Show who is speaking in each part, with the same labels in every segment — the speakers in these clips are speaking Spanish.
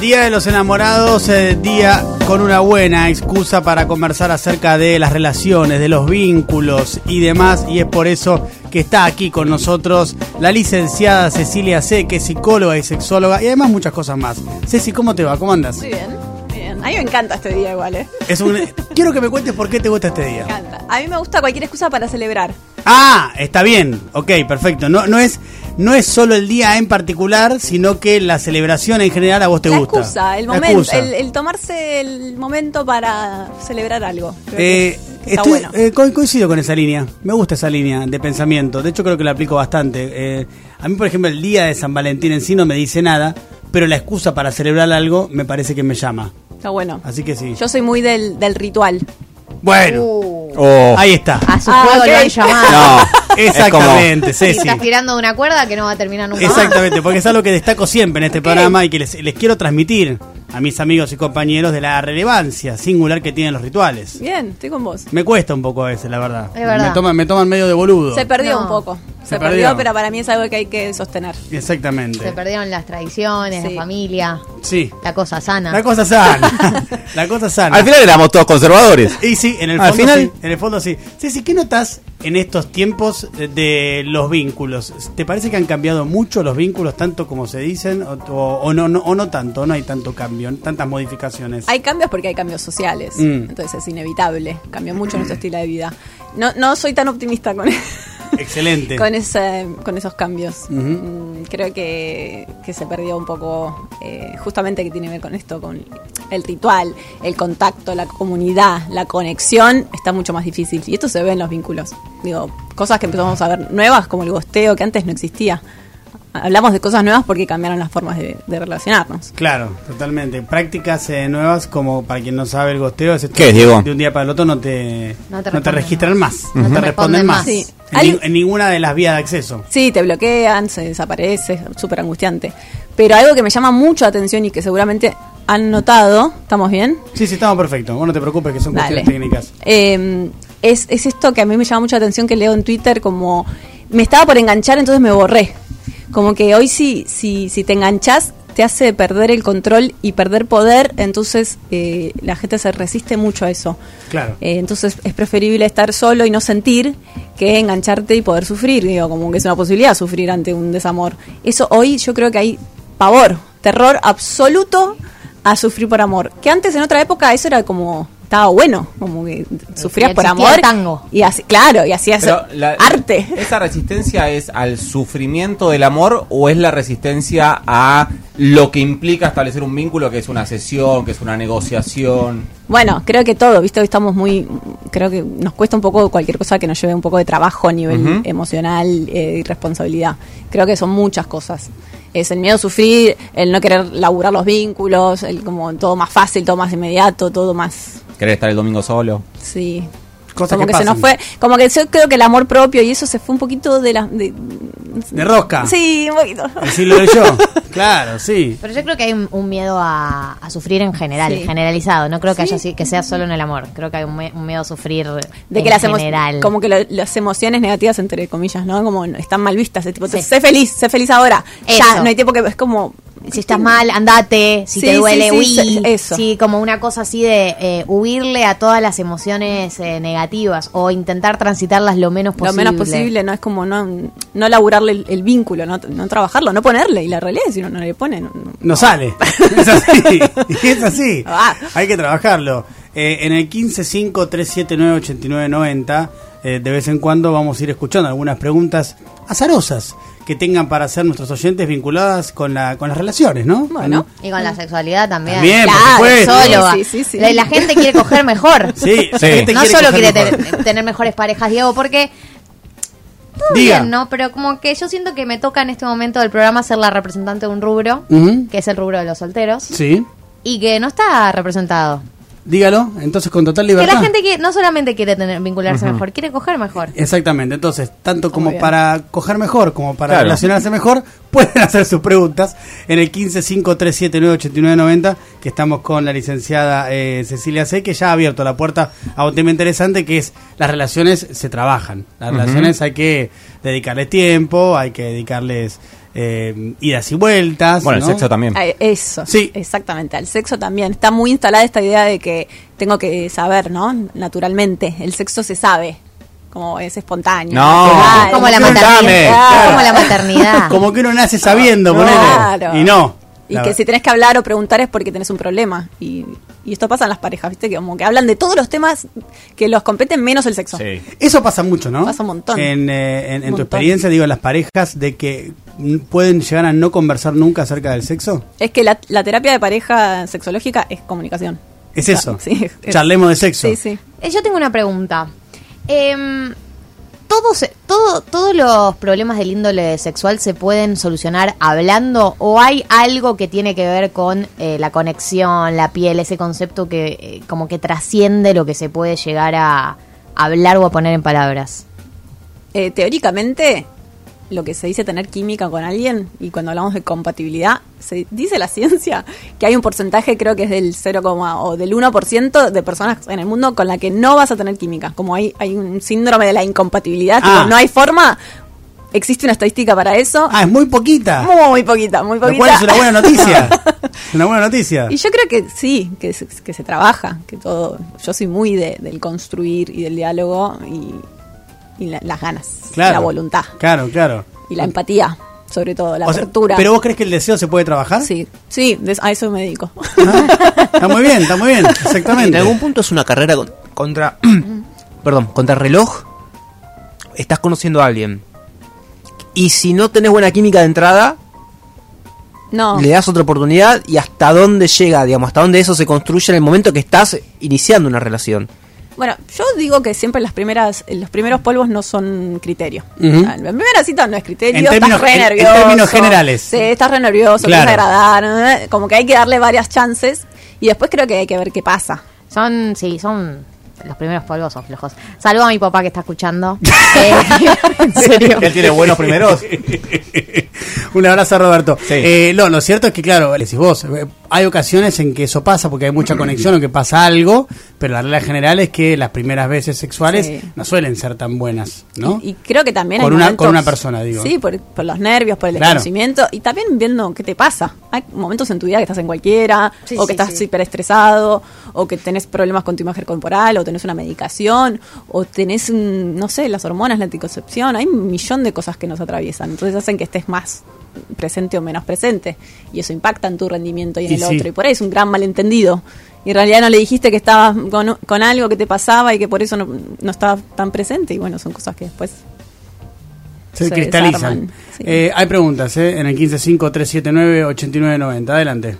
Speaker 1: Día de los enamorados, eh, día con una buena excusa para conversar acerca de las relaciones, de los vínculos y demás. Y es por eso que está aquí con nosotros la licenciada Cecilia C, que es psicóloga y sexóloga y además muchas cosas más. Ceci, ¿cómo te va? ¿Cómo andas?
Speaker 2: Muy bien, muy bien. A mí me encanta este día igual, ¿eh?
Speaker 1: Es un... Quiero que me cuentes por qué te gusta este
Speaker 2: Me
Speaker 1: día.
Speaker 2: encanta. A mí me gusta cualquier excusa para celebrar.
Speaker 1: Ah, está bien. Ok, perfecto. No, no, es, no es solo el día en particular, sino que la celebración en general a vos te
Speaker 2: la
Speaker 1: gusta.
Speaker 2: excusa, el
Speaker 1: La
Speaker 2: momento,
Speaker 1: excusa.
Speaker 2: El, el tomarse el momento para celebrar algo. Creo
Speaker 1: Eh,
Speaker 2: que es- que está
Speaker 1: estoy-
Speaker 2: bueno.
Speaker 1: eh, co- coincido con esa línea. Me gusta esa línea de pensamiento. De hecho, creo que la aplico bastante. Eh, a mí, por ejemplo, el día de San Valentín en sí no me dice nada, pero la excusa para celebrar algo me parece que me llama.
Speaker 2: Está bueno.
Speaker 1: Así que sí.
Speaker 2: Yo soy muy del, del ritual.
Speaker 1: Bueno,
Speaker 3: Oh.
Speaker 1: ahí está.
Speaker 4: A su
Speaker 2: Ah,
Speaker 4: juego
Speaker 2: ok.
Speaker 4: lo han llamado.
Speaker 3: No. es
Speaker 1: Exactamente,
Speaker 4: Y
Speaker 1: Ceci.
Speaker 4: estás tirando de una cuerda que no va a terminar nunca. más.
Speaker 1: Exactamente, porque es algo que destaco siempre en este programa y que les, les quiero transmitir a mis amigos y compañeros de la relevancia singular que tienen los rituales.
Speaker 2: Bien, estoy con vos.
Speaker 1: Me cuesta un poco a veces, la verdad.
Speaker 4: Es verdad.
Speaker 1: Me, toman, me toman medio de boludo.
Speaker 2: Se perdió
Speaker 4: No.
Speaker 2: un poco.
Speaker 1: Se
Speaker 2: Se,
Speaker 1: perdió.
Speaker 2: perdió. pero para mí es algo que hay que sostener.
Speaker 1: Exactamente.
Speaker 4: Se perdieron las tradiciones,
Speaker 2: Sí.
Speaker 4: la familia,
Speaker 1: Sí.
Speaker 4: la cosa sana.
Speaker 1: La cosa sana. la cosa sana.
Speaker 3: Al final éramos todos conservadores.
Speaker 1: y sí, en el
Speaker 3: Al
Speaker 1: fondo
Speaker 3: final-
Speaker 1: sí. En el fondo sí. Ceci, ¿qué notas en estos tiempos eh, de los vínculos? ¿Te parece que han cambiado mucho los vínculos, tanto como se dicen, o, o- o no, no- o no tanto? No hay tanto cambio, tantas modificaciones.
Speaker 2: Hay cambios porque hay cambios sociales.
Speaker 1: Mm.
Speaker 2: Entonces es inevitable. Cambia mucho nuestro estilo de vida. No, no soy tan optimista con
Speaker 1: Excelente.
Speaker 2: con, ese- con esos cambios.
Speaker 1: Ujú.
Speaker 2: Mm, Creo que, que se perdió un poco, eh, justamente que tiene que ver con esto, con el ritual, el contacto, la comunidad, la conexión, está mucho más difícil. Y esto se ve en los vínculos. Digo, cosas que empezamos a ver nuevas, como el gosteo, que antes no existía. Hablamos de cosas nuevas porque cambiaron las formas de, de relacionarnos.
Speaker 1: Claro, totalmente. Prácticas eh, nuevas, como para quien no sabe el gosteo, es esto
Speaker 3: ¿Qué es, Diego?
Speaker 1: de un día para el otro no te,
Speaker 4: No te responden
Speaker 1: registran más,
Speaker 4: más.
Speaker 1: no
Speaker 4: Ujú.
Speaker 1: te responden más.
Speaker 4: Sí.
Speaker 1: En, ni-
Speaker 2: Hay-
Speaker 1: en ninguna de las vías de acceso.
Speaker 2: Sí, te bloquean, se desaparece, súper angustiante. Pero algo que me llama mucho la atención y que seguramente han notado, ¿estamos bien?
Speaker 1: Sí, sí, estamos perfectos. Vos no te preocupes, que son cuestiones
Speaker 2: Dale.
Speaker 1: técnicas.
Speaker 2: Eh, es, es esto que a mí me llama mucha atención que leo en Twitter como me estaba por enganchar, entonces me borré. Como que hoy si, si, si te enganchas te hace perder el control y perder poder, entonces eh, la gente se resiste mucho a eso.
Speaker 1: Claro.
Speaker 2: Eh, entonces es preferible estar solo y no sentir que engancharte y poder sufrir, digo, como que es una posibilidad sufrir ante un desamor. Eso hoy yo creo que hay pavor, terror absoluto a sufrir por amor. Que antes en otra época eso era como estaba bueno, como que sufrías
Speaker 4: Y
Speaker 2: por
Speaker 4: existía
Speaker 2: amor
Speaker 4: el tango.
Speaker 2: y así, claro, y hacías
Speaker 5: Pero la-
Speaker 2: arte.
Speaker 5: ¿Esa resistencia es al sufrimiento del amor o es la resistencia a lo que implica establecer un vínculo, que es una sesión, que es una negociación?
Speaker 2: Bueno, creo que todo, ¿viste? Hoy estamos muy. Creo que nos cuesta un poco cualquier cosa que nos lleve un poco de trabajo a nivel
Speaker 5: Ujú.
Speaker 2: emocional eh, y responsabilidad. Creo que son muchas cosas. Es el miedo a sufrir, el no querer laburar los vínculos, el como todo más fácil, todo más inmediato, todo más.
Speaker 5: ¿Querer estar el domingo solo?
Speaker 2: Sí.
Speaker 1: Cosas
Speaker 2: como
Speaker 1: que
Speaker 2: que, se nos
Speaker 1: pasan.
Speaker 2: fue. Como que yo creo que el amor propio y eso se fue un poquito de las. De,
Speaker 1: De rosca.
Speaker 2: sí, un poquito.
Speaker 1: Así lo doy yo. claro, sí.
Speaker 4: Pero yo creo que hay un, un miedo a, a sufrir en general,
Speaker 2: Sí.
Speaker 4: generalizado. No creo que
Speaker 2: Sí.
Speaker 4: haya si- que sea solo en el amor. Creo que hay un, mie- un miedo a sufrir
Speaker 2: De
Speaker 4: en
Speaker 2: que las, emo-
Speaker 4: general.
Speaker 2: como que lo- las emociones negativas, entre comillas, ¿no? Como no- están mal vistas. Es tipo,
Speaker 4: Sí.
Speaker 2: sé feliz, sé feliz ahora. Ya,
Speaker 4: Eso.
Speaker 2: no hay tiempo que. Es como.
Speaker 4: si estás mal, andate. Si
Speaker 2: Sí,
Speaker 4: te
Speaker 2: sí,
Speaker 4: duele,
Speaker 2: sí,
Speaker 4: huí.
Speaker 2: sí, eso.
Speaker 4: Sí, como una cosa así de eh, huirle a todas las emociones eh, negativas o intentar transitarlas lo menos
Speaker 2: Lo
Speaker 4: posible.
Speaker 2: menos posible, ¿no? Es como no, no laburarle el, el vínculo, no, no trabajarlo, no ponerle. Y la realidad es si uno no le pone. no- no.
Speaker 1: No sale. Es así. es así.
Speaker 2: Ah.
Speaker 1: Hay que trabajarlo. Eh, en el 1553798990, eh, de vez en cuando vamos a ir escuchando algunas preguntas azarosas que tengan para hacer nuestros oyentes vinculadas con, la, con las relaciones, ¿no?
Speaker 2: Bueno.
Speaker 4: Y con la sexualidad también.
Speaker 1: También, por
Speaker 4: Claro,
Speaker 1: supuesto.
Speaker 4: sóloga.
Speaker 2: Sí, sí, sí.
Speaker 4: La, la gente quiere coger mejor.
Speaker 1: Sí, la
Speaker 5: Sí.
Speaker 1: gente
Speaker 4: no solo
Speaker 1: coger
Speaker 4: quiere
Speaker 1: mejor.
Speaker 4: tener, eh, tener mejores parejas, Diego, porque todo
Speaker 1: Diga.
Speaker 4: bien, ¿no? Pero como que yo siento que me toca en este momento del programa ser la representante de un rubro,
Speaker 1: Ujú.
Speaker 4: que es el rubro de los solteros,
Speaker 1: Sí.
Speaker 4: y que no está representado.
Speaker 1: Dígalo, entonces con total
Speaker 4: Que
Speaker 1: libertad.
Speaker 4: la gente que no solamente quiere tener, vincularse mejor, quiere coger mejor.
Speaker 1: Exactamente, entonces, tanto
Speaker 2: Muy
Speaker 1: como
Speaker 2: bien.
Speaker 1: para coger mejor, como para
Speaker 5: Claro.
Speaker 1: relacionarse mejor, pueden hacer sus preguntas en el 1553798990, que estamos con la licenciada eh, Cecilia C, que ya ha abierto la puerta a un tema interesante, que es las relaciones se trabajan. Las relaciones hay que dedicarles tiempo, hay que dedicarles eh, idas y vueltas.
Speaker 5: Bueno, el
Speaker 1: ¿no?
Speaker 5: sexo también.
Speaker 2: Ah, Eso,
Speaker 1: Sí.
Speaker 2: exactamente. Al sexo también. Está muy instalada esta idea de que tengo que saber, ¿no? Naturalmente. El sexo se sabe. Como es espontáneo.
Speaker 5: No.
Speaker 2: natural.
Speaker 4: Como la
Speaker 5: Dame,
Speaker 4: maternidad.
Speaker 5: claro.
Speaker 4: Como la maternidad.
Speaker 1: Ah, Como que uno nace sabiendo, ponele.
Speaker 2: Ah, Claro.
Speaker 1: Y no.
Speaker 2: Y
Speaker 1: La
Speaker 2: que
Speaker 1: ver-
Speaker 2: si tenés que hablar o preguntar es porque tenés un problema. Y, y esto pasa en las parejas, ¿viste? Que como que hablan de todos los temas que los competen menos el sexo.
Speaker 5: Sí.
Speaker 1: Eso pasa mucho, ¿no?
Speaker 2: Pasa un montón.
Speaker 1: En, eh, en- en tu
Speaker 2: Montón.
Speaker 1: experiencia, digo, en las parejas, de que mm, pueden llegar a no conversar nunca acerca del sexo.
Speaker 2: Es que la, la terapia de pareja sexológica es comunicación.
Speaker 1: Es
Speaker 2: O sea,
Speaker 1: eso.
Speaker 2: sí, es-
Speaker 1: Charlemos de sexo.
Speaker 2: Sí, sí.
Speaker 4: Eh, Yo tengo una pregunta. Em, ¿todos, eh, todo, ¿Todos los problemas del índole sexual se pueden solucionar hablando o hay algo que tiene que ver con eh, la conexión, la piel, ese concepto que eh, como que trasciende lo que se puede llegar a hablar o a poner en palabras?
Speaker 2: Eh, teóricamente, lo que se dice tener química con alguien, y cuando hablamos de compatibilidad, se dice la ciencia que hay un porcentaje, creo que es del 0, o del 1% de personas en el mundo con la que no vas a tener química. Como hay, hay un síndrome de la incompatibilidad,
Speaker 1: Ah.
Speaker 2: tipo, no hay forma, existe una estadística para eso.
Speaker 1: Ah, es muy poquita.
Speaker 2: Muy poquita, muy
Speaker 1: Lo
Speaker 2: poquita.
Speaker 1: cual es una buena noticia. Es una buena noticia.
Speaker 2: Y yo creo que sí, que se, que se trabaja, que todo. Yo soy muy de- del construir y del diálogo y, y la- las ganas,
Speaker 1: Claro.
Speaker 2: la voluntad
Speaker 1: Claro, claro.
Speaker 2: y la empatía, sobre todo, la
Speaker 1: O sea,
Speaker 2: apertura.
Speaker 1: Pero vos crees que el deseo se puede trabajar?
Speaker 2: Sí, sí, de- a eso me dedico.
Speaker 1: Ah, Está muy bien, está muy bien. Exactamente.
Speaker 6: En algún punto es una carrera con- contra. perdón, contra reloj. Estás conociendo a alguien. Y si no tenés buena química de entrada,
Speaker 2: No,
Speaker 6: le das otra oportunidad y hasta dónde llega, digamos, hasta dónde eso se construye en el momento que estás iniciando una relación.
Speaker 2: bueno, yo digo que siempre las primeras, los primeros polvos no son criterio.
Speaker 1: Ujú.
Speaker 2: O sea, La primera cita no es criterio,
Speaker 1: En términos-
Speaker 2: estás re
Speaker 1: en- en
Speaker 2: nervioso.
Speaker 1: términos generales.
Speaker 2: Sí, estás re nervioso,
Speaker 1: Claro.
Speaker 2: querés agradar, ¿eh? como que hay que darle varias chances y después creo que hay que ver qué pasa.
Speaker 4: Son, sí, son los primeros polvos son flojos. Saludo a mi papá que está escuchando. Eh, en serio.
Speaker 5: Él tiene buenos primeros.
Speaker 1: Un abrazo a Roberto.
Speaker 5: Sí.
Speaker 1: Eh, no, lo cierto es que, claro, decís vos, eh, hay ocasiones en que eso pasa porque hay mucha conexión o que pasa algo, pero la regla general es que las primeras veces sexuales
Speaker 2: Sí.
Speaker 1: no suelen ser tan buenas, ¿no?
Speaker 2: Y, y creo que también
Speaker 1: Con
Speaker 2: hay
Speaker 1: una-
Speaker 2: momentos-
Speaker 1: con una persona, digo.
Speaker 2: Sí, por, por los nervios, por el
Speaker 1: Claro.
Speaker 2: desconocimiento y también viendo qué te pasa. Hay momentos en tu vida que estás en cualquiera,
Speaker 4: Sí,
Speaker 2: o que
Speaker 4: sí,
Speaker 2: estás
Speaker 4: sí.
Speaker 2: hiperestresado, o que tenés problemas con tu imagen corporal, o tenés una medicación, o tenés, un- no sé, las hormonas, la anticoncepción. Hay un millón de cosas que nos atraviesan. Entonces hacen que estés más presente o menos presente. Y eso impacta en tu rendimiento y en
Speaker 1: Y
Speaker 2: el
Speaker 1: sí.
Speaker 2: otro. Y por ahí es un gran malentendido. Y en realidad no le dijiste que estabas con, con algo que te pasaba y que por eso no, no estabas tan presente. Y bueno, son cosas que después
Speaker 1: se,
Speaker 2: se
Speaker 1: cristalizan.
Speaker 2: desarman, sí.
Speaker 1: Eh, hay preguntas, ¿eh? En el 1553798990. Adelante.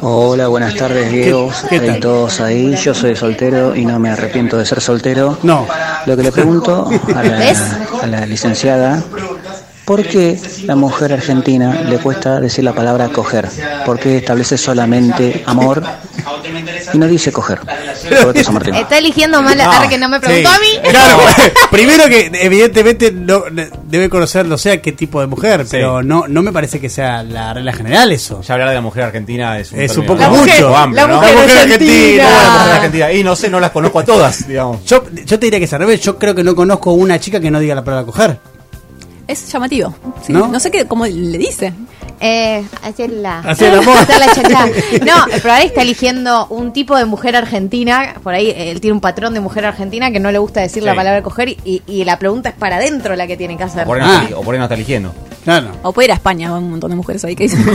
Speaker 7: Hola, buenas tardes Diego
Speaker 1: ¿Qué- qué tal?
Speaker 7: y todos ahí. Yo soy soltero y no me arrepiento de ser soltero.
Speaker 1: No.
Speaker 7: Lo que le pregunto a
Speaker 4: ¿Ves?
Speaker 7: la, a la licenciada, ¿por qué la mujer argentina le cuesta decir la palabra coger? ¿Por qué establece solamente amor y no dice coger? Roberto San Martín.
Speaker 4: Está eligiendo mal la tarde que no me preguntó
Speaker 1: Sí.
Speaker 4: a mí.
Speaker 1: Claro, primero que evidentemente no, debe conocer, no sé a qué tipo de mujer, pero no, no me parece que sea la regla general eso.
Speaker 5: Ya hablar de la mujer argentina es un,
Speaker 1: Es un
Speaker 5: término
Speaker 1: poco
Speaker 5: amplio,
Speaker 1: mucho.
Speaker 5: ¿no? amplio,
Speaker 4: la
Speaker 5: ¿no?
Speaker 4: mujer
Speaker 5: La mujer
Speaker 4: argentina.
Speaker 5: la mujer argentina. Y no sé, no las conozco a todas, digamos.
Speaker 1: Yo, yo te diría que es al revés, yo creo que no conozco una chica que no diga la palabra coger.
Speaker 2: Es llamativo. sí.
Speaker 1: ¿No?
Speaker 2: ¿No? sé qué, cómo le dice.
Speaker 4: Eh, hacerla.
Speaker 1: Hacer el amor.
Speaker 4: Hacer la chachá. No, pero ahí está eligiendo un tipo de mujer argentina. Por ahí eh, él tiene un patrón de mujer argentina que no le gusta decir la
Speaker 5: Sí.
Speaker 4: palabra coger y, y la pregunta es para adentro la que tiene que hacer.
Speaker 5: O por ahí no
Speaker 1: Ah.
Speaker 5: está- o por ahí no está eligiendo.
Speaker 1: Claro,
Speaker 2: O puede ir a España, hay un montón de mujeres ahí que dicen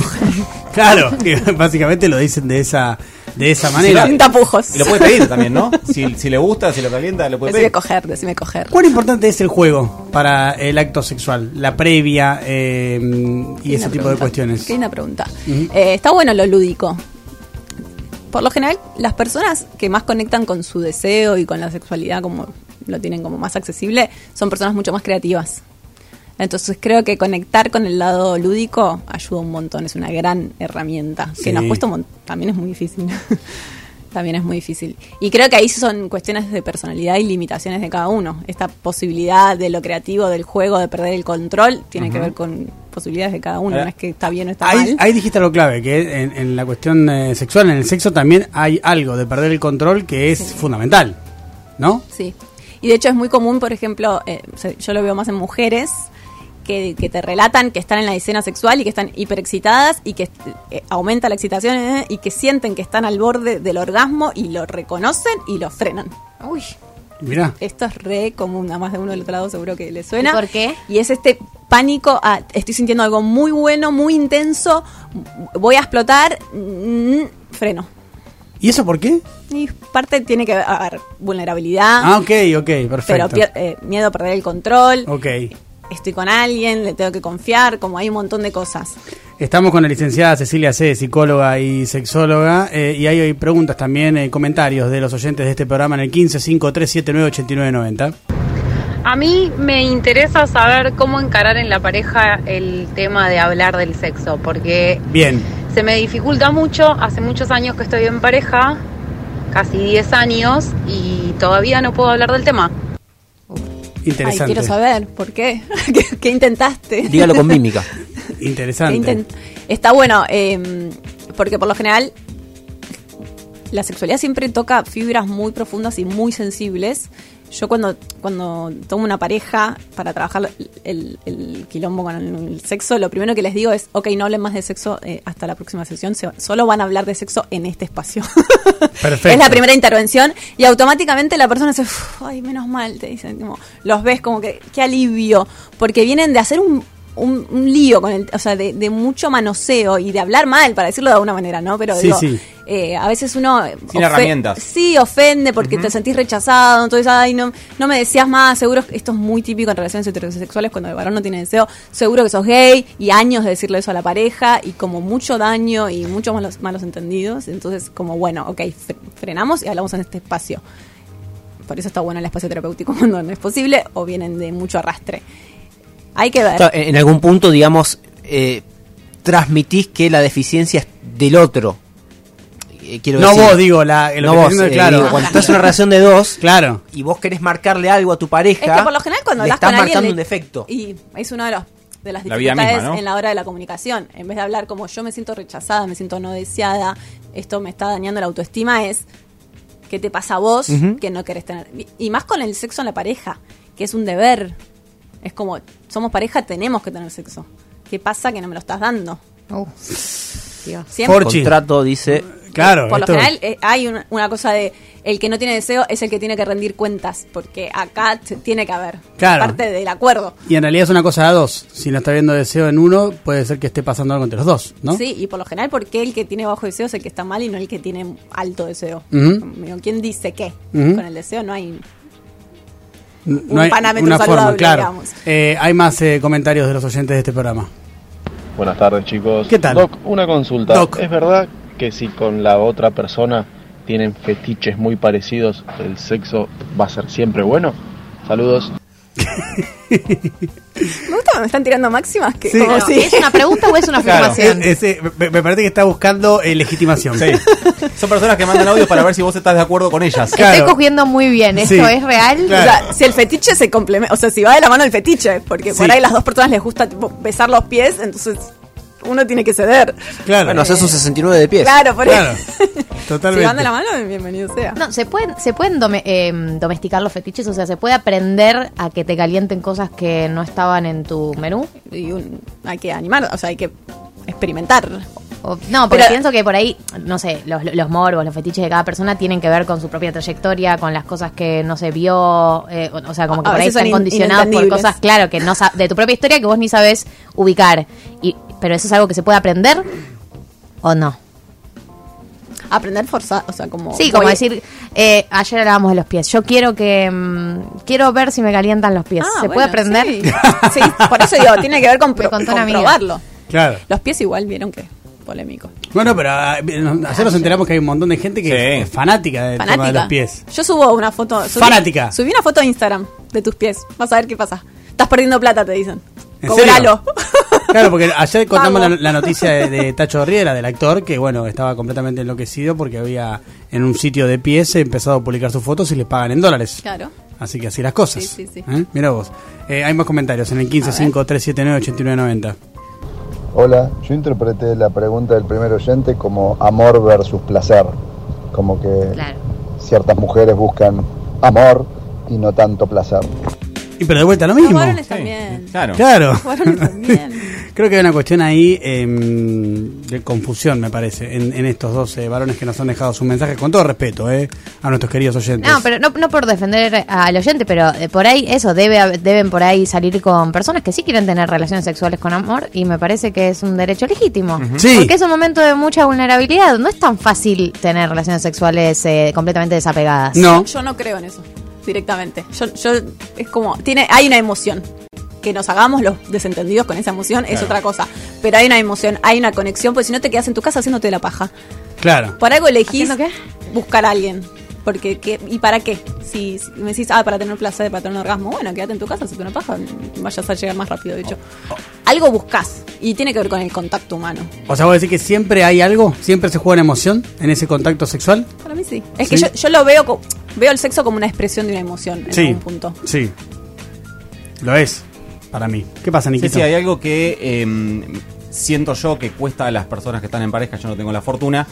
Speaker 1: claro, que básicamente lo dicen de esa, de esa manera.
Speaker 2: sin tapujos.
Speaker 5: Y lo puede pedir también, ¿no? Si, si le gusta, si lo calienta, lo
Speaker 1: Pues
Speaker 5: puede
Speaker 2: Decime
Speaker 5: pedir.
Speaker 2: coger, decime coger.
Speaker 1: ¿Cuán importante es el juego para el acto sexual? La previa eh, y
Speaker 2: Qué
Speaker 1: ese tipo
Speaker 2: linda
Speaker 1: de
Speaker 2: pregunta,
Speaker 1: cuestiones.
Speaker 2: Qué linda pregunta. Eh, está bueno lo lúdico. Por lo general, las personas que más conectan con su deseo y con la sexualidad, como lo tienen como más accesible, son personas mucho más creativas. Entonces creo que conectar con el lado lúdico ayuda un montón, es una gran herramienta
Speaker 1: Sí.
Speaker 2: que nos cuesta un mon- también es muy difícil. también es muy difícil. Y creo que ahí son cuestiones de personalidad y limitaciones de cada uno. Esta posibilidad de lo creativo, del juego, de perder el control, tiene que ver con posibilidades de cada uno,
Speaker 5: Eh,
Speaker 2: no es que está bien o está
Speaker 1: Ahí,
Speaker 2: mal.
Speaker 1: ahí dijiste algo clave, que en, en la cuestión eh, sexual, en el sexo también hay algo de perder el control que es fundamental, ¿no?
Speaker 2: Sí. Y de hecho es muy común, por ejemplo, eh, se- yo lo veo más en mujeres que, que te relatan que están en la escena sexual y que están hiperexcitadas y que eh, aumenta la excitación eh, y que sienten que están al borde del orgasmo y lo reconocen y lo frenan.
Speaker 4: Uy.
Speaker 1: Mirá.
Speaker 2: Esto es re común, a más de uno del otro lado seguro que le suena.
Speaker 4: ¿Y por qué?
Speaker 2: Y es este pánico, a, estoy sintiendo algo muy bueno, muy intenso, voy a explotar, mm, freno.
Speaker 1: ¿Y eso por qué?
Speaker 2: Y parte tiene que haber vulnerabilidad,
Speaker 1: Ah, ok, ok,
Speaker 2: pero
Speaker 1: perfecto.
Speaker 2: pier- eh, miedo a perder el control,
Speaker 1: ok.
Speaker 2: estoy con alguien, le tengo que confiar, como hay un montón de cosas.
Speaker 1: Estamos con la licenciada Cecilia C., psicóloga y sexóloga, eh, y hay hoy preguntas también, eh, comentarios de los oyentes de este programa en el 1553798990.
Speaker 8: A mí me interesa saber cómo encarar en la pareja el tema de hablar del sexo, porque
Speaker 1: Bien,
Speaker 8: se me dificulta mucho, hace muchos años que estoy en pareja, casi 10 años, y todavía no puedo hablar del tema.
Speaker 2: Ay,
Speaker 1: interesante.
Speaker 2: quiero saber, ¿por qué? ¿Qué, qué intentaste?
Speaker 6: Dígalo con mímica.
Speaker 1: Interesante.
Speaker 2: Que intent- Está bueno, eh, porque por lo general la sexualidad siempre toca fibras muy profundas y muy sensibles. Yo cuando, cuando tomo una pareja para trabajar el, el quilombo con el sexo, lo primero que les digo es, ok, no hablen más de sexo eh, hasta la próxima sesión, se- solo van a hablar de sexo en este espacio.
Speaker 1: Perfecto.
Speaker 2: es la primera intervención y automáticamente la persona se, "Uf, ay, menos mal, te dicen, como, los ves como que, qué alivio, porque vienen de hacer un, un, un lío, con el, o sea, de, de mucho manoseo y de hablar mal, para decirlo de alguna manera, ¿no? Pero
Speaker 1: Sí,
Speaker 2: digo,
Speaker 1: sí.
Speaker 2: eh, a veces uno... eh,
Speaker 5: Sin herramientas.
Speaker 2: Sí, ofende porque te sentís rechazado, entonces, ay, no, no me decías más, seguro, esto es muy típico en relaciones heterosexuales cuando el varón no tiene deseo, seguro que sos gay y años de decirle eso a la pareja y como mucho daño y muchos malos, malos entendidos, entonces como bueno, ok, fre- frenamos y hablamos en este espacio. Por eso está bueno el espacio terapéutico cuando no es posible o vienen de mucho arrastre. Hay que ver.
Speaker 6: Claro, en en algún punto, digamos, eh, transmitís que la deficiencia es del otro. Eh, quiero
Speaker 1: No
Speaker 6: decir-
Speaker 1: vos, digo, la, lo
Speaker 6: no
Speaker 1: que
Speaker 6: vos.
Speaker 1: estoy diciendo es
Speaker 6: eh,
Speaker 1: claro.
Speaker 6: digo, cuando estás en una relación de dos
Speaker 1: Claro.
Speaker 6: y vos querés marcarle algo a tu pareja,
Speaker 2: Es que por lo general cuando
Speaker 6: le
Speaker 2: hablas
Speaker 6: estás
Speaker 2: con alguien
Speaker 6: marcando
Speaker 2: le-
Speaker 6: un defecto.
Speaker 2: Y es una de los de las
Speaker 5: La vida
Speaker 2: dificultades
Speaker 5: misma, ¿no?
Speaker 2: en la hora de la comunicación. En vez de hablar como yo me siento rechazada, me siento no deseada, esto me está dañando la autoestima, es qué te pasa a vos que no querés tener. Y- Y más con el sexo en la pareja, que es un deber. Es como, somos pareja, tenemos que tener sexo. ¿Qué pasa que no me lo estás dando?
Speaker 6: Oh.
Speaker 4: Uh, Dios.
Speaker 2: Siempre.
Speaker 1: Por- Porchi.
Speaker 6: contrato dice
Speaker 1: Claro.
Speaker 2: Por lo
Speaker 1: esto-
Speaker 2: general eh, hay una, una cosa de el que no tiene deseo es el que tiene que rendir cuentas, porque acá t- tiene que haber
Speaker 1: Claro.
Speaker 2: parte del acuerdo.
Speaker 1: Y en realidad es una cosa de a dos. Si no está viendo deseo en uno, puede ser que esté pasando algo entre los dos, ¿no?
Speaker 2: Sí, y por lo general, porque el que tiene bajo deseo es el que está mal y no el que tiene alto deseo?
Speaker 1: Ujú.
Speaker 2: Digo, ¿Quién dice qué?
Speaker 1: Ujú.
Speaker 2: Con el deseo no hay.
Speaker 1: N-
Speaker 2: un parámetro saludable,
Speaker 1: claro.
Speaker 2: digamos.
Speaker 1: Eh, hay más eh, comentarios de los oyentes de este programa.
Speaker 9: Buenas tardes chicos.
Speaker 1: ¿Qué tal?
Speaker 9: Doc, una consulta.
Speaker 1: Doc.
Speaker 9: ¿Es verdad que si con la otra persona tienen fetiches muy parecidos, el sexo va a ser siempre bueno? Saludos.
Speaker 2: Me gusta cuando me están tirando máximas que.
Speaker 1: Sí.
Speaker 2: como
Speaker 4: Pero,
Speaker 2: si-
Speaker 4: ¿Es una pregunta o es una
Speaker 5: Claro.
Speaker 4: afirmación?
Speaker 1: Es- es, eh, me, me parece que está buscando eh, legitimación.
Speaker 5: Sí. Son personas que mandan audio para ver si vos estás de acuerdo con ellas.
Speaker 1: claro.
Speaker 4: Estoy cogiendo muy bien. ¿Esto
Speaker 1: Sí.
Speaker 4: es real?
Speaker 2: O
Speaker 1: Claro.
Speaker 2: sea, si el fetiche se complementa, o sea, si va de la mano el fetiche, porque por
Speaker 1: Sí.
Speaker 2: ahí las dos personas les gusta tipo, besar los pies, entonces uno tiene que ceder.
Speaker 1: Claro.
Speaker 6: Bueno, haces un 69 de pies.
Speaker 2: Eh, Claro, por
Speaker 1: Claro,
Speaker 2: eso. Si van
Speaker 1: totalmente.
Speaker 2: de la mano, bienvenido sea.
Speaker 4: No, se pueden, se pueden dome- eh, domesticar los fetiches, o sea, se puede aprender a que te calienten cosas que no estaban en tu menú.
Speaker 2: Y un- hay que animar, o sea, hay que experimentar.
Speaker 4: O- no, pero
Speaker 2: Pero-
Speaker 4: pienso que por ahí, no sé, los, los morbos, los fetiches de cada persona tienen que ver con su propia trayectoria, con las cosas que no se vio, eh, o, o sea, como que
Speaker 2: A- a
Speaker 4: por ahí
Speaker 2: veces
Speaker 4: están
Speaker 2: son in-
Speaker 4: condicionados por
Speaker 2: inentendibles.
Speaker 4: cosas, claro, que no sa- de tu propia historia que vos ni sabes ubicar. Y, pero eso es algo que se puede aprender o no.
Speaker 2: Aprender forzar, o sea, como.
Speaker 4: Sí, como
Speaker 2: Oh, voy-
Speaker 4: decir, eh, ayer hablábamos de los pies. Yo quiero que. mm, quiero ver si me calientan los pies.
Speaker 2: Ah,
Speaker 4: ¿Se
Speaker 2: bueno,
Speaker 4: puede aprender?
Speaker 2: Sí. Sí, por eso digo, tiene que ver con,
Speaker 4: Me
Speaker 2: pro-
Speaker 4: contó
Speaker 2: con
Speaker 4: una amiga.
Speaker 2: probarlo.
Speaker 1: Claro.
Speaker 2: Los pies igual vieron que polémico.
Speaker 1: Bueno, pero ah, nos- ayer nos enteramos que hay un montón de gente que
Speaker 5: Sí.
Speaker 1: es fanática del tema
Speaker 2: Fanática.
Speaker 1: de los pies.
Speaker 2: Yo subo una foto. Subí,
Speaker 1: Fanática.
Speaker 2: Subí una foto a Instagram de tus pies. Vas a ver qué pasa. Estás perdiendo plata, te dicen.
Speaker 1: ¿En serio?
Speaker 2: Cobralo.
Speaker 1: Claro, porque ayer contamos la,
Speaker 2: Vamos.
Speaker 1: la noticia de, de Tacho Riera, del actor, que bueno, estaba completamente enloquecido porque había en un sitio de pies empezado a publicar sus fotos y les pagan en dólares.
Speaker 2: Claro.
Speaker 1: Así que así las cosas.
Speaker 2: Sí, sí, sí.
Speaker 1: ¿Eh? Mira vos. Eh, hay más comentarios en el 1553798990.
Speaker 10: Hola, yo interpreté la pregunta del primer oyente como amor versus placer. Como que
Speaker 4: Claro.
Speaker 10: ciertas mujeres buscan amor y no tanto placer.
Speaker 1: Y pero de vuelta lo mismo.
Speaker 2: varones también.
Speaker 5: Claro.
Speaker 1: Claro.
Speaker 2: Los varones también.
Speaker 1: Creo que hay una cuestión ahí em, de confusión, me parece, en, en estos 12 varones que nos han dejado sus mensajes, con todo respeto, eh, a nuestros queridos oyentes.
Speaker 4: No, pero no, no por defender al oyente, pero eh, por ahí eso, debe, hab- deben por ahí salir con personas que sí quieren tener relaciones sexuales con amor y me parece que es un derecho legítimo.
Speaker 1: Sí.
Speaker 4: Porque es un momento de mucha vulnerabilidad, no es tan fácil tener relaciones sexuales eh, completamente desapegadas.
Speaker 2: Yo, yo no creo en eso, directamente. Yo, yo, es como, tiene, hay una emoción. Que nos hagamos los desentendidos con esa emoción es
Speaker 1: Claro.
Speaker 2: otra cosa. Pero hay una emoción, hay una conexión, porque si no te quedas en tu casa haciéndote la paja.
Speaker 1: Claro.
Speaker 2: Por algo elegís buscar a alguien. Porque, ¿qué- ¿y para qué? Si, si me decís, ah, para tener placer, para tener un orgasmo, bueno, quédate en tu casa, hazte una paja, vayas a llegar más rápido, de hecho. Algo buscas y tiene que ver con el contacto humano.
Speaker 1: O sea, vos decís que siempre hay algo, siempre se juega una emoción en ese contacto sexual.
Speaker 2: Para mí sí. Es
Speaker 1: Sí.
Speaker 2: que yo, yo lo veo, co- veo el sexo como una expresión de una emoción en
Speaker 1: Sí.
Speaker 2: algún punto.
Speaker 1: Sí. Lo es, para mí. ¿Qué pasa,
Speaker 5: Sí,
Speaker 1: Nikita?
Speaker 5: sí, hay algo que eh, siento yo que cuesta a las personas que están en pareja, yo no tengo la fortuna,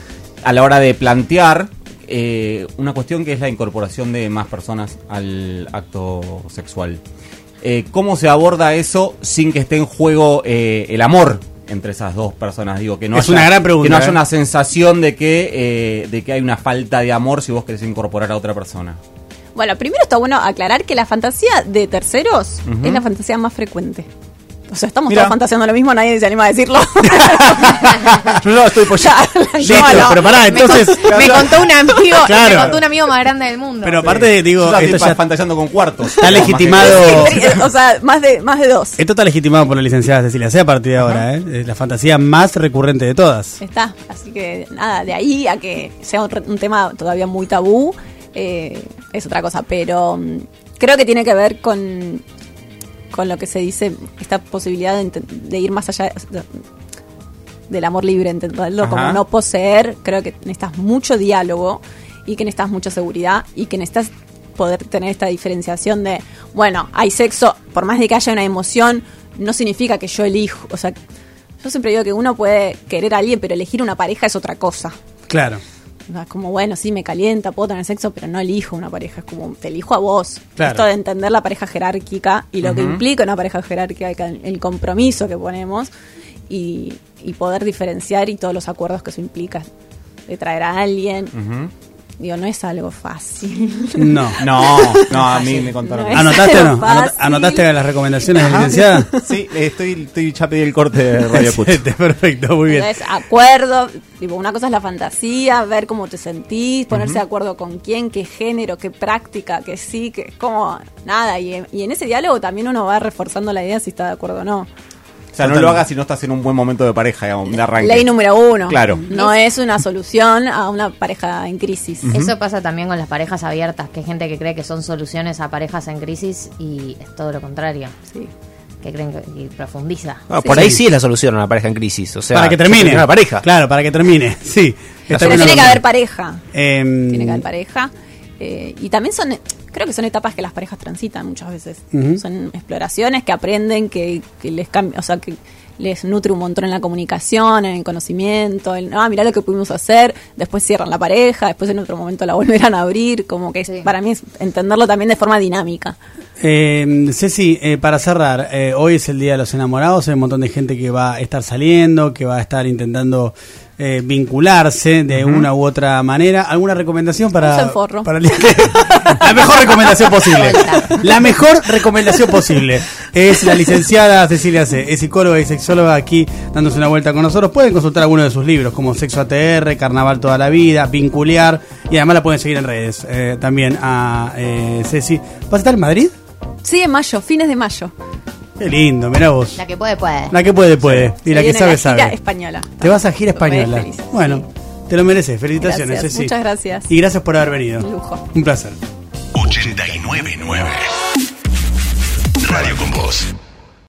Speaker 5: a la hora de plantear eh, una cuestión que es la incorporación de más personas al acto sexual. Eh, ¿Cómo se aborda eso sin que esté en juego eh, el amor? entre esas dos personas, digo, que no
Speaker 1: Es
Speaker 5: haya,
Speaker 1: una gran pregunta,
Speaker 5: que no
Speaker 1: ¿eh?
Speaker 5: haya una sensación de que, eh, de que hay una falta de amor si vos querés incorporar a otra persona.
Speaker 2: Bueno, primero está bueno aclarar que la fantasía de terceros
Speaker 5: Ujú.
Speaker 2: es la fantasía más frecuente. O sea, estamos
Speaker 1: Mira.
Speaker 2: todos fantaseando lo mismo, nadie se anima a decirlo.
Speaker 1: No, no, estoy pollando. Listo,
Speaker 2: No, no.
Speaker 1: pero pará, entonces. Ah,
Speaker 4: Me contó un amigo,
Speaker 1: Claro.
Speaker 4: me contó un amigo más grande del mundo.
Speaker 1: Pero aparte, digo,
Speaker 5: Yo la
Speaker 1: esto
Speaker 5: estoy
Speaker 1: ya
Speaker 5: fantaseando con cuartos.
Speaker 1: está legitimado.
Speaker 2: o sea, más de, más de dos.
Speaker 1: Esto está legitimado por la licenciada Cecilia, sea a partir de ahora, ¿eh? Es la fantasía más recurrente de todas.
Speaker 2: Está, así que nada, de ahí a que sea un, re- un tema todavía muy tabú, eh, es otra cosa, pero mm, creo que tiene que ver con, con lo que se dice, esta posibilidad de, ente- de ir más allá de- del amor libre, entenderlo
Speaker 5: Ajá.
Speaker 2: como no poseer, creo que necesitas mucho diálogo y que necesitas mucha seguridad y que necesitas poder tener esta diferenciación de, bueno, hay sexo, por más de que haya una emoción, no significa que yo elijo, o sea, yo siempre digo que uno puede querer a alguien, pero elegir una pareja es otra cosa.
Speaker 1: Claro.
Speaker 2: O sea, es como, bueno, sí, me calienta, puedo tener sexo, pero no elijo una pareja. Es como, te elijo a vos.
Speaker 1: Claro.
Speaker 2: Esto de entender la pareja jerárquica y lo que
Speaker 5: Ujú.
Speaker 2: implica una pareja jerárquica, el el compromiso que ponemos y, y poder diferenciar y todos los acuerdos que eso implica de traer a alguien.
Speaker 5: Ujú.
Speaker 2: Digo, no es algo fácil.
Speaker 1: No.
Speaker 5: No, no, a mí me contaron.
Speaker 2: No
Speaker 5: que-
Speaker 2: es
Speaker 1: ¿Anotaste o no?
Speaker 2: algo
Speaker 1: Anota-
Speaker 2: fácil.
Speaker 1: ¿Anotaste las recomendaciones de la licenciada?
Speaker 5: Ah, Sí, eh, estoy, estoy ya pedí el corte de Radio Cut.
Speaker 1: Excelente, Perfecto, muy bien.
Speaker 2: Entonces, acuerdo, tipo, una cosa es la fantasía, ver cómo te sentís, ponerse de acuerdo con quién, qué género, qué práctica, que sí, que es como nada. Y, en- y en ese diálogo también uno va reforzando la idea si está de acuerdo o no.
Speaker 5: O sea, no lo hagas si no estás en un buen momento de pareja, digamos, de arranque.
Speaker 2: Ley número uno.
Speaker 5: Claro.
Speaker 2: No es una solución a una pareja en crisis.
Speaker 4: Eso pasa también con las parejas abiertas, que hay gente que cree que son soluciones a parejas en crisis y es todo lo contrario,
Speaker 2: Sí.
Speaker 4: que creen que y profundiza.
Speaker 6: Ah, por ahí sí es la solución a una pareja en crisis. O sea,
Speaker 1: para que termine.
Speaker 6: Una pareja.
Speaker 1: Claro, para que termine. Sí. Está bien
Speaker 2: Pero tiene que
Speaker 1: hablado.
Speaker 2: haber pareja.
Speaker 1: Em,
Speaker 2: tiene que haber pareja. eh, y también son, creo que son etapas que las parejas transitan muchas veces.
Speaker 1: Ujú.
Speaker 2: Son exploraciones que aprenden, que, que les cambia, o sea, que les nutre un montón en la comunicación, en el conocimiento, en, ah, mirá lo que pudimos hacer, después cierran la pareja, después en otro momento la volverán a abrir, como que es-
Speaker 4: Sí.
Speaker 2: para mí es entenderlo también de forma dinámica.
Speaker 1: Eh, Ceci, eh, para cerrar, eh, hoy es el Día de los Enamorados, hay un montón de gente que va a estar saliendo, que va a estar intentando eh, vincularse de una u otra manera. ¿Alguna recomendación para,
Speaker 2: Usen forro.
Speaker 1: para el día de- La mejor recomendación posible. La mejor recomendación posible es la licenciada Cecilia C. Es psicóloga y sexóloga aquí dándose una vuelta con nosotros. Pueden consultar alguno de sus libros como Sexo ATR, Carnaval toda la vida, Vincular y además la pueden seguir en redes eh, también a eh, Ceci. ¿Vas a estar en Madrid?
Speaker 2: Sí, en mayo, fines de mayo.
Speaker 1: Qué lindo, mirá vos.
Speaker 4: La que puede, puede.
Speaker 1: La que puede, puede. Eh, Y la
Speaker 2: Se
Speaker 1: que
Speaker 2: viene
Speaker 1: sabe,
Speaker 2: gira
Speaker 1: sabe.
Speaker 2: española.
Speaker 1: Te vas a gira
Speaker 2: Me
Speaker 1: española.
Speaker 2: feliz,
Speaker 1: Bueno, te lo mereces. Felicitaciones,
Speaker 2: Gracias,
Speaker 1: Ceci.
Speaker 2: muchas gracias.
Speaker 1: Y gracias por haber venido.
Speaker 2: Un lujo.
Speaker 1: Un placer.
Speaker 11: 899 Radio con vos.